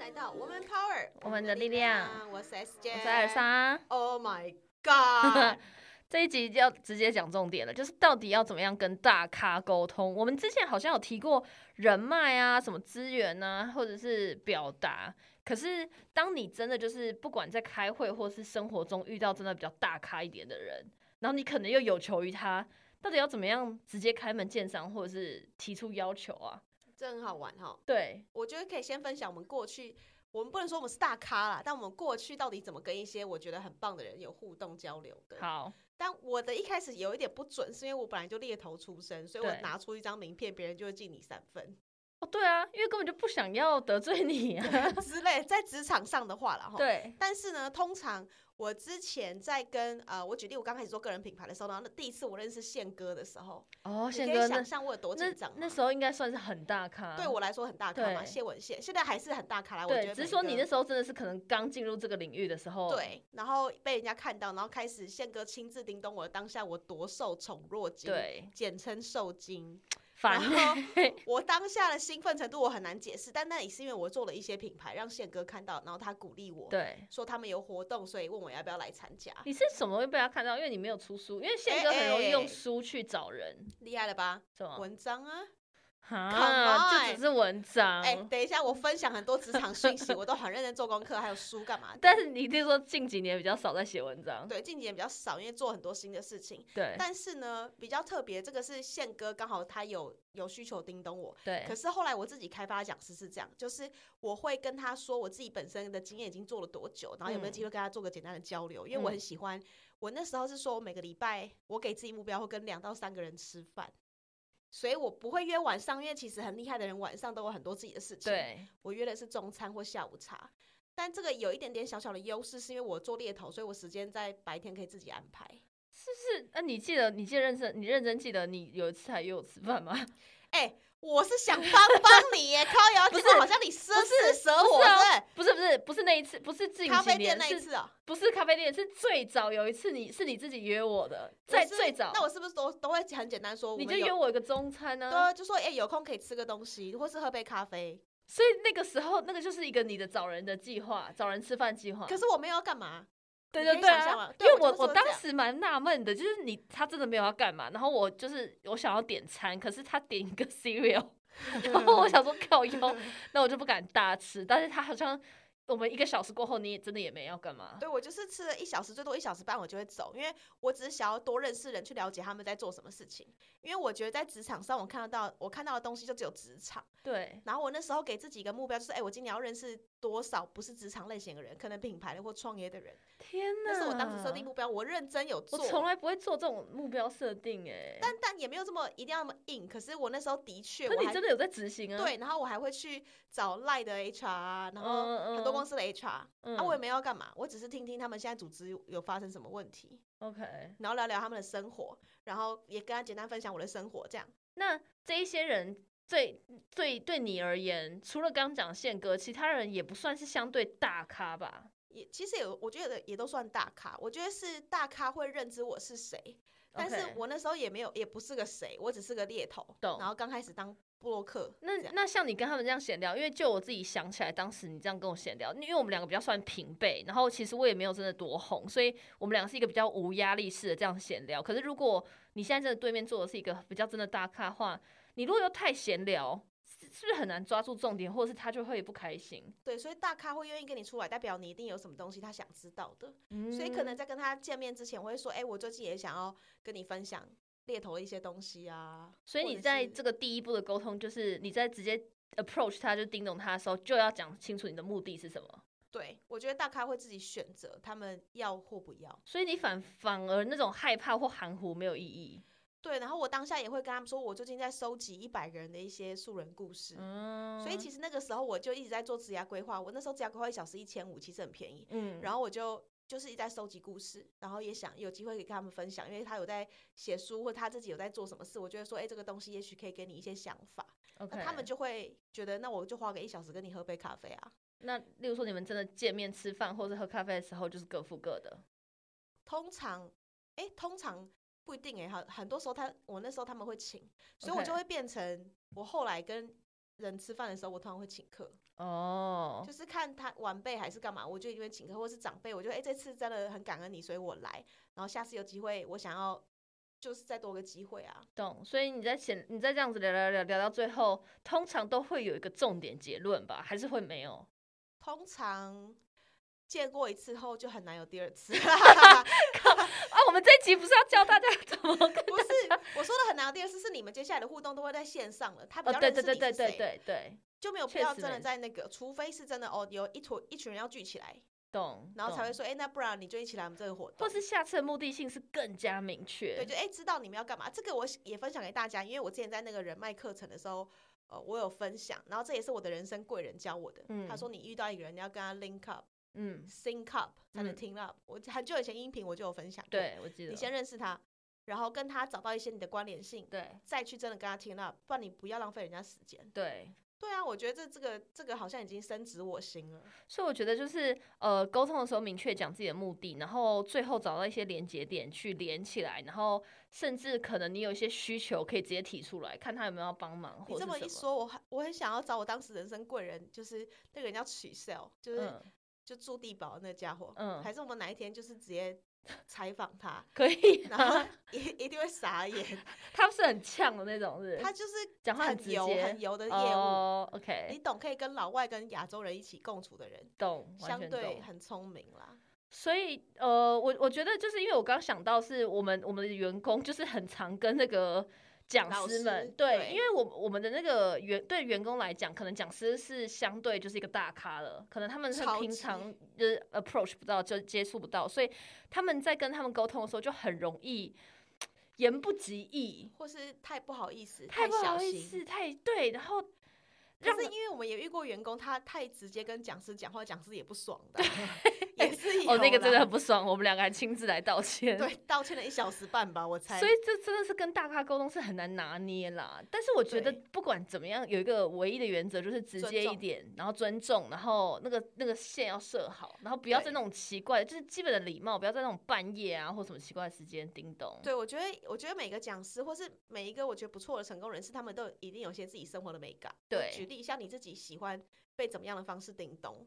来到 Woman Power，我们的力量。我是 S 我 J，是二。莎。 Oh my God！ 这一集就要直接讲重点了，就是到底要怎么样跟大咖沟通。我们之前好像有提过人脉啊、什么资源啊，或者是表达。可是当你真的就是不管在开会或是生活中遇到真的比较大咖一点的人，然后你可能又有求于他，到底要怎么样直接开门见山，或者是提出要求啊？这很好玩哈。对，我觉得可以先分享我们过去，我们不能说我们是大咖啦，但我们过去到底怎么跟一些我觉得很棒的人有互动交流的。好，但我的一开始有一点不准，是因为我本来就猎头出身，所以我对拿出一张名片，别人就会敬你三分 哦，对啊，因为根本就不想要得罪你啊。之类，在职场上的话啦 哈。对，但是呢，通常我之前在跟呃，我举例，我刚开始做个人品牌的时候，然后那第一次我认识宪哥的时候，哦，你宪可以哥那想象我有多紧那张那吗？时候应该算是很大咖，啊对我来说很大咖嘛，对谢文宪现在还是很大咖啦。我觉对，得只是每说个你那时候真的是可能刚进入这个领域的时候，，对，然后被人家看到，然后开始宪哥亲自叮咚我的当下，我多受宠若惊，对，简称受惊。烦欸然，后我当下的兴奋程度我很难解释，但那也是因为我做了一些品牌，让宪哥看到，然后他鼓励我 对。嗯说他们有活动，所以问我要不要来参加，你是什么会被他看到？因为你没有出书，因为宪哥很容易哎哎用书去找人，厉害了吧？是吗？文章啊。啊， Come 这 on 只是文章。哎、等一下，我分享很多职场讯息，我都很认真做功课，还有书干嘛的？但是你听说近几年比较少在写文章，对近几年比较少，因为做很多新的事情。对但是呢，比较特别，这个是宪哥刚好他有有需求叮咚我。对可是后来我自己开发讲师是这样，就是我会跟他说我自己本身的经验已经做了多久，然后有没有嗯机会跟他做个简单的交流，因为我很喜欢。我那时候是说我每个礼拜我给自己目标会跟两到三个人吃饭，所以我不会约晚上，因为其实很厉害的人晚上都有很多自己的事情。对我约的是中餐或下午茶。但这个有一点点小小的优势，是因为我做猎头，所以我时间在白天可以自己安排。是那你记得你记得认真，你认真记得你有一次还约我吃饭吗？ 哎、我是想帮帮你耶，靠瑶，不结是果好像你奢不侈是舍我不是啊是不是不是不是那一次，不是近不是几咖啡店年那一是次哦、不是咖啡店，是最早有一次你是你自己约我的，在我是最早，那我是不是都都会很简单说，你我就们有约我一个中餐呢、对啊，就说哎、有空可以吃个东西，或是喝杯咖啡。所以那个时候那个就是一个你的找人的计划，找人吃饭计划。可是我没有要干嘛？对你可对以对想象吗啊，因对为我我就是我这当样时蛮纳闷的，就是你他真的没有要干嘛，然后我就是我想要点餐，可是他点一个 cereal，然后我想说 靠腰，那我就不敢大吃，但是他好像我们一个小时过后你也真的也没要干嘛，对我就是吃了一小时，最多一小时半我就会走，因为我只是想要多认识人，去了解他们在做什么事情。因为我觉得在职场上，我看得到我看到的东西就只有职场。对然后我那时候给自己一个目标，就是哎、我今年要认识多少不是职场类型的人，可能品牌的或创业的人。天哪，那是我当时设定目标，我认真有我做。从来不会做这种目标设定哎、但但也没有这么一定要那么硬，可是我那时候的确，可我你还真的有在执行啊？对，然后我还会去找赖的 HR，啊然后嗯很多公司，司的 HR，、嗯啊，我也没有要干嘛，我只是听听他们现在组织有发生什么问题，嗯 OK。然后聊聊他们的生活，然后也跟他简单分享我的生活，这样那这一些人最最对你而言，除了刚讲宪哥，其他人也不算是相对大咖吧？也其实有，我觉得也都算大咖，我觉得是大咖会认知我是谁，但是 OK 我那时候也没有，也不是个谁，我只是个猎头，懂然后刚开始当布洛克，那这样那像你跟他们这样闲聊，因为就我自己想起来，当时你这样跟我闲聊，因为我们两个比较算平辈，然后其实我也没有真的多红，所以我们两个是一个比较无压力式的这样闲聊。可是如果你现在真的对面坐的是一个比较真的大咖的话，你如果又太闲聊，是是不是很难抓住重点，或者是他就会不开心？对，所以大咖会愿意跟你出来，代表你一定有什么东西他想知道的，所以可嗯能在跟他见面之前，我会说，哎、我最近也想要跟你分享猎头的一些东西啊，所以或你者在是这个第一步的沟通，就是你在直接 approach 他，就叮咚他的时候，就要讲清楚你的目的是什么。对，我觉得大咖会自己选择他们要或不要。所以你反反而那种害怕或含糊没有意义。对，然后我当下也会跟他们说，我最近在收集一百个人的一些素人故事。嗯所以其实那个时候我就一直在做职涯规划，我那时候职涯规划一小时一千五，其实很便宜。嗯然后我就就是一直在收集故事，然后也想有机会可以跟他们分享，因为他有在写书或他自己有在做什么事，我就会说，哎、这个东西也许可以给你一些想法。后那他们就会觉得，那我就花个一小时跟你喝杯咖啡啊。那例如说你们真的见面吃饭或者喝咖啡的时候，就是各付各的。通常，哎、通常不一定哎、很很多时候他，我那时候他们会请，所以我就 OK 会变成我后来跟人吃饭的时候，我通常会请客，哦就是看他晚辈还是干嘛，我就因为请客或是长辈，我就哎、这次真的很感恩你，所以我来，然后下次有机会我想要就是再多个机会啊。懂，所以你在前你在这样子聊聊聊聊到最后，通常都会有一个重点结论吧，还是会没有？通常见过一次后就很难有第二 次，啊，我们这一集不是要教大家怎么 跟？不是我说的很难有第二次，是你们接下来的互动都会在线上了，他比哦，较对认对识你对是对对谁，对对，就没有必确要实真的能在那个，除非是真的哦，有一坨一群人要聚起来，懂，然后才会懂，说，哎、那不然你就一起来我们这个活动或。是下次的目的性是更加明确对，。就哎、知道你们要干嘛。这个我也分享给大家，因为我之前在那个人脉课程的时候，呃，我有分享，然后这也是我的人生贵人教我的。嗯他说你遇到一个人，你要跟他 link up、嗯， sync up 才能嗯 team up、我很久以前音频我就有分享过，对，我记得。你先认识他，然后跟他找到一些你的关联性，对再去真的跟他 team up，不然你不要浪费人家时间。对，对啊，我觉得这这个这个好像已经深植我心了。所以我觉得就是呃，沟通的时候明确讲自己的目的，然后最后找到一些连接点去连起来，然后甚至可能你有一些需求可以直接提出来，看他有没有要帮忙你或者这什么么一，说，我很我很想要找我当时人生贵人，就是那个人叫取 sell，就是、嗯，就住地堡那家伙，嗯还是我们哪一天就是直接 采访他，可以然后 啊，一一定会傻 眼，他不是很呛的那种，是不是他就是讲话很直很油接很油的业务，哦你，OK，懂，可以跟老外跟亚洲人一起共处的人，懂，完相全对懂。很聪明啦。所以呃，我我觉得就是因为我刚想到是我们我们的员工就是很常跟那个。讲老师师们对因为我我们的那个员对员工来讲，可能讲师是相对就是一个大咖了，可能他们是超平级常就是 approach 不到，就接触不到，所以他们在跟他们沟通的时候就很容易言不及义，或是太不好意思，太不小好意心。思，太对，然后可让是因为我们也遇过员工，他太直接跟讲师讲话，讲师也不爽 的啊，也是有哦，那个真的啦很不爽，我们两个还亲自来道歉。对，道歉了一小时半吧，我猜。所以这真的是跟大咖沟通是很难拿捏啦。但是我觉得对不管怎么样，有一个唯一的原则就是直尊接一重点，然后尊重，然后那个那个线要设好，然后不要在对那种奇怪，就是基本的礼貌，不要在那种半夜啊或什么奇怪的时间叮咚。对，我觉得，我觉得每个讲师或是每一个我觉得不错的成功人士，他们都有一定有些自己生活的美感。就对举例，像你自己喜欢被怎么样的方式叮咚？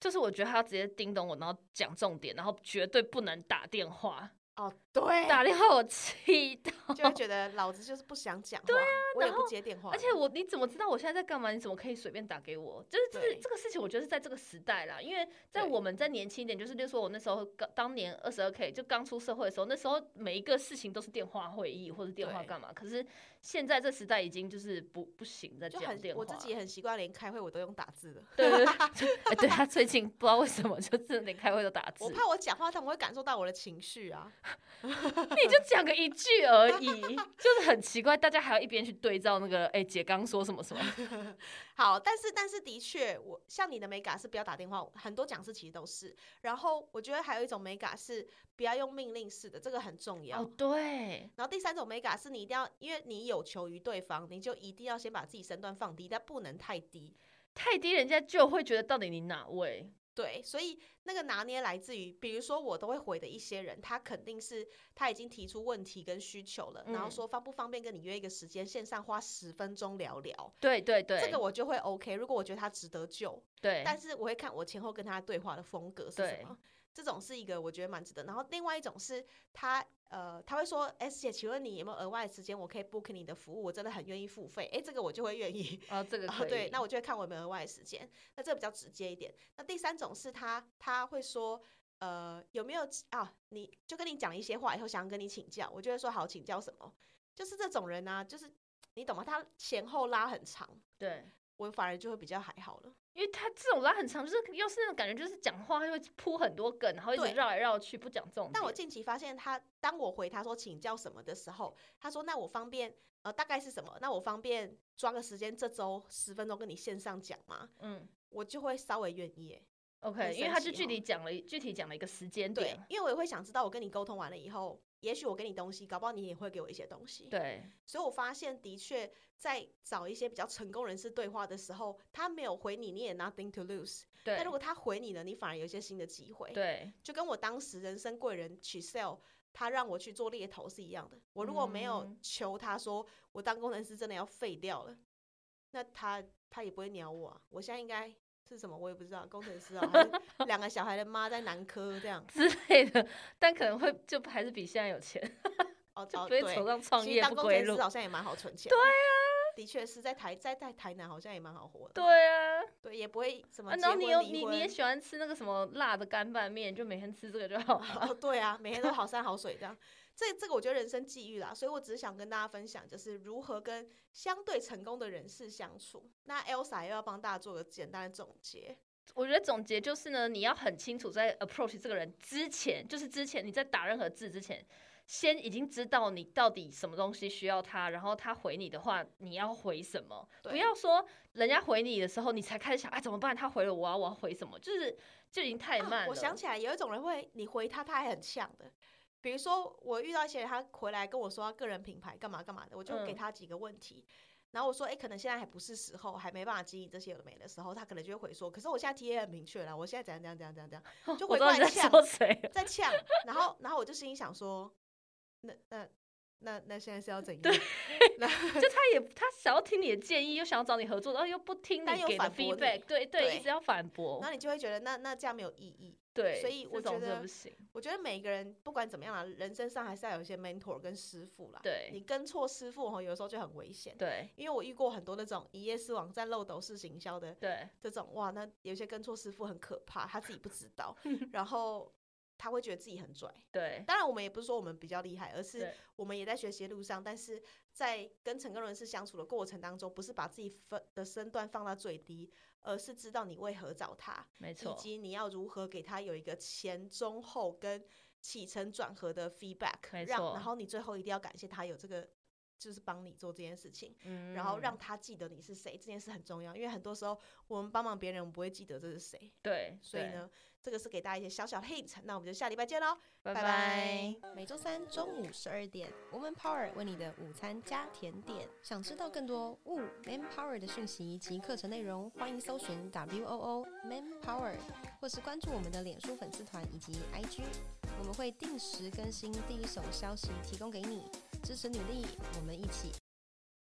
就是我觉得他要直接叮咚我，然后讲重点，然后绝对不能打电话，哦，对打电话我气到。 就会觉得老子就是不想讲话，对啊，我也然不后接电话了。而且我你怎么知道我现在在干嘛？你怎么可以随便打给我？就是这是对这个事情，我觉得是在这个时代啦，因为在对我们在年轻一点，就是例如说我那时候刚当年二十二 K 就刚出社会的时候，那时候每一个事情都是电话会议或者电话对干嘛。可是现在这时代已经就是不不行再就讲很电话，我自己也很习惯，连开会我都用打字的。对对对哎对 他最近不知道为什么就是连开会都打字，我怕我讲话他们会感受到我的情绪啊。你就讲个一句而已， 就是很奇怪，大家还要一边去对照那个哎、姐刚说什么什么。好，但是但是的确，我像你的美感是不要打电话，很多讲师其实都是。然后我觉得还有一种美感是不要用命令式的，这个很重要。哦，对，然后第三种美感是你一定要，因为你有求于对方，你就一定要先把自己身段放低，但不能太低。太低人家就会觉得到底你哪位。对，所以那个拿捏来自于，比如说我都会回的一些人，他肯定是他已经提出问题跟需求了，然后嗯说方不方便跟你约一个时间，线上花十分钟聊聊，对对对，这个我就会 OK。如果我觉得他值得救，对，但是我会看我前后跟他对话的风格是对什么。这种是一个我觉得蛮值得。然后另外一种是他呃，他会说：“S 姐，请问你有没有额外的时间？我可以 book 你的服务，我真的很愿意付费。”哎，这个我就会愿意。哦，这个啊、可以，对，那我就会看我有没有额外的时间。那这个比较直接一点。那第三种是他他会说。呃，有没有啊？你就跟你讲了一些话以后，想要跟你请教，我就会说好，请教什么？就是这种人啊，就是你懂吗？他前后拉很长，对，我反而就会比较还好了。因为他这种拉很长，就是又是那种感觉，就是讲话他会铺很多梗，然后一直对绕来绕去，不讲重点。但我近期发现他，当我回他说请教什么的时候，他说：“那我方便，呃，大概是什么？那我方便抓个时间，这周十分钟跟你线上讲吗嗯？”我就会稍微愿意耶、 ，OK，很因为神他就奇具哦体讲了一具体讲了一个时间对点，，因为我也会想知道，我跟你沟通完了以后，也许我给你东西，搞不好你也会给我一些东西。，对所以我发现的确在找一些比较成功人士对话的时候，他没有回你，你也 nothing to lose。但如对果他回你了，你反而有一些新的机会。对，就跟我当时人生贵人取 sell，他让我去做猎头是一样的。我如果没有嗯求他说我当工程师真的要废掉了，那他他也不会鸟我啊。我现在应该是什么我也不知道，工程师哦，还 是两个小孩的妈在南科这样，之类的，但可能会就还是比现在有钱，哦 就哦不会对，走上创其实业当不工归程路师。好哦像也蛮好 存钱，对啊，的确是在台在在台南好像也蛮好活的，对啊，对，也不会什么啊结然后婚你又离你你也婚，喜欢吃那个什么辣的干拌面，就每天吃这个就好了。哦对啊，每天都好山好水这样，这这个我觉得人生际遇啦，所以我只是想跟大家分享，就是如何跟相对成功的人士相处。那 Elsa 又要帮大家做个简单的总结，我觉得总结就是呢，你要很清楚在 approach 这个人之前，就是之前你在打任何字之前，先已经知道你到底什么东西需要他，然后他回你的话，你要回什么？不对要说人家回你的时候，你才开始想，哎，怎么办？他回了我啊，我要回什么？就是就已经太啊慢了。我想起来有一种人会，你回他他还很呛的。比如说我遇到一些人，他回来跟我说他个人品牌干嘛干嘛的，我就给嗯他几个问题。然后我说，哎、可能现在还不是时候，还没办法经营这些有的没的时候，他可能就会回说，可是我现在 T A 很明确了，我现在怎样怎样怎样怎样怎样，就我回知过道你来在呛说谁 了。在呛。然后，然后我就心里想说，那那那那现在是要怎样？那就他也他想要听你的建议，又想要找你合作，然后又不听但你又给的反驳你 feedback，对对，对一直要反驳然后，你就会觉得那那这样没有意义。对，所以这我种觉真的得不行，我觉得每一个人不管怎么样啦，人身上还是要有一些 mentor 跟师傅啦。你对跟错师傅哦，有时候就很危险。对因为我遇过很多那种一夜式网站漏斗式行销的对，这种，哇，那有些跟错师傅很可怕，他自己不知 道，然后他会觉得自己很拽。对，当然，我们也不是说我们比较厉害，而是对我们也在学习的路上，但是在跟成功人士相处的过程当中，不是把自己分的身段放到最低，而是知道你为何找他，没以错，及你要如何给他有一个前中后跟起承转合的 feedback，没让错然后你最后一定要感谢他有这个，就是帮你做这件事情。嗯然后让他记得你是谁，这件事很重要，因为很多时候我们帮忙别人，我们不会记得这是谁，对，所以对，呢，这个是给大家一些小小 hint。那我们就下礼拜见喽，拜拜拜每周三中午十二点，Woman Power 为你的午餐加甜点。想知道更多 Wo Man Power 的讯息及课程内容，欢迎搜寻 W O O Man Power，或是关注我们的脸书粉丝团以及 IG，我们会定时更新第一手消息，提供给你支持女力，我们一起